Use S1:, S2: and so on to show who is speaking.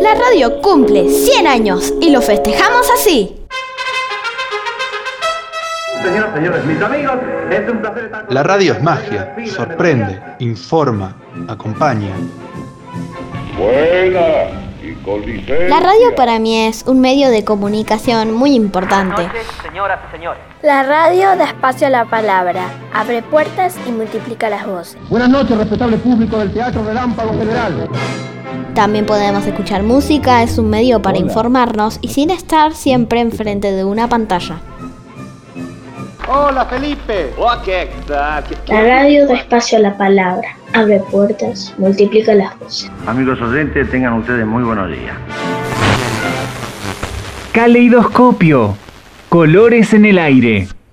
S1: la radio cumple 100 años y lo festejamos así.
S2: Señoras, señores, mis amigos, es un placer estar con
S3: La radio es magia, sorprende, informa, acompaña.
S4: Buena y con licencia.
S1: La radio para mí es un medio de comunicación muy importante.
S5: noches, señoras y señores.
S6: La radio da espacio a la palabra, abre puertas y multiplica las voces.
S7: Buenas noches, respetable público del Teatro Relámpago General.
S1: También podemos escuchar música, es un medio para informarnos y sin estar siempre enfrente de una pantalla.
S7: Hola, Felipe.
S6: La radio da espacio a la palabra, abre puertas, multiplica las voces.
S2: Amigos oyentes, tengan ustedes muy buenos días.
S8: Caleidoscopio. Colores en el aire.